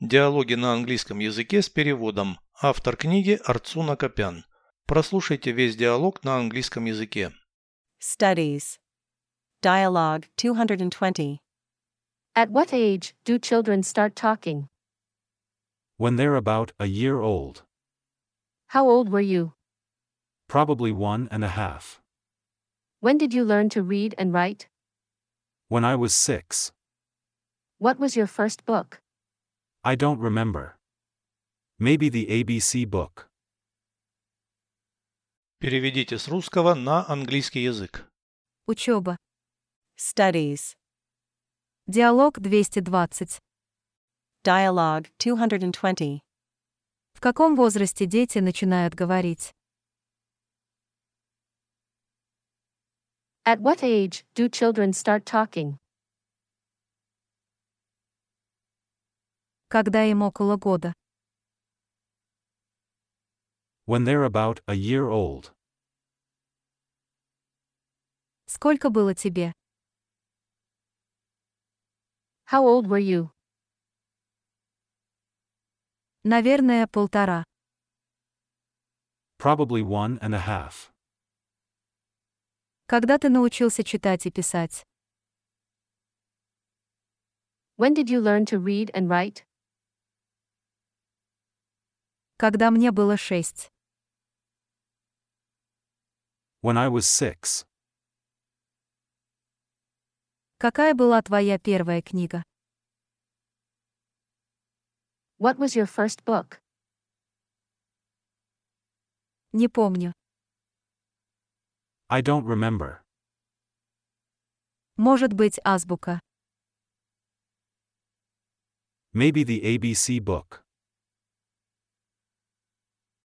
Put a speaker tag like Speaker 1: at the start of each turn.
Speaker 1: Диалоги на английском языке с переводом. Автор книги Арцуна Копян. Прослушайте весь диалог на английском языке.
Speaker 2: Studies. Dialogue 220.
Speaker 3: At what age do children start talking?
Speaker 4: When they're about a year old.
Speaker 3: How old were you?
Speaker 4: Probably one and a half.
Speaker 3: When did you learn to read and write?
Speaker 4: When I was six.
Speaker 3: What was your first book?
Speaker 4: I don't remember. Maybe the ABC book.
Speaker 1: Переведите с русского на английский язык.
Speaker 5: Учеба.
Speaker 2: Studies.
Speaker 5: Диалог 220.
Speaker 2: Dialogue 220.
Speaker 5: В каком возрасте дети начинают говорить?
Speaker 3: At what age do children start talking?
Speaker 5: Когда им около года?
Speaker 4: When they're about a year old.
Speaker 5: Сколько было тебе?
Speaker 3: How old were you?
Speaker 5: Наверное, полтора.
Speaker 4: Probably one and a half.
Speaker 5: Когда ты научился читать и писать?
Speaker 3: When did you learn to read and write?
Speaker 5: Когда мне было шесть.
Speaker 4: When I was six.
Speaker 5: Какая была твоя первая книга?
Speaker 3: What was your first book?
Speaker 5: Не помню.
Speaker 4: I don't remember.
Speaker 5: Может быть, азбука.
Speaker 4: Maybe the ABC book.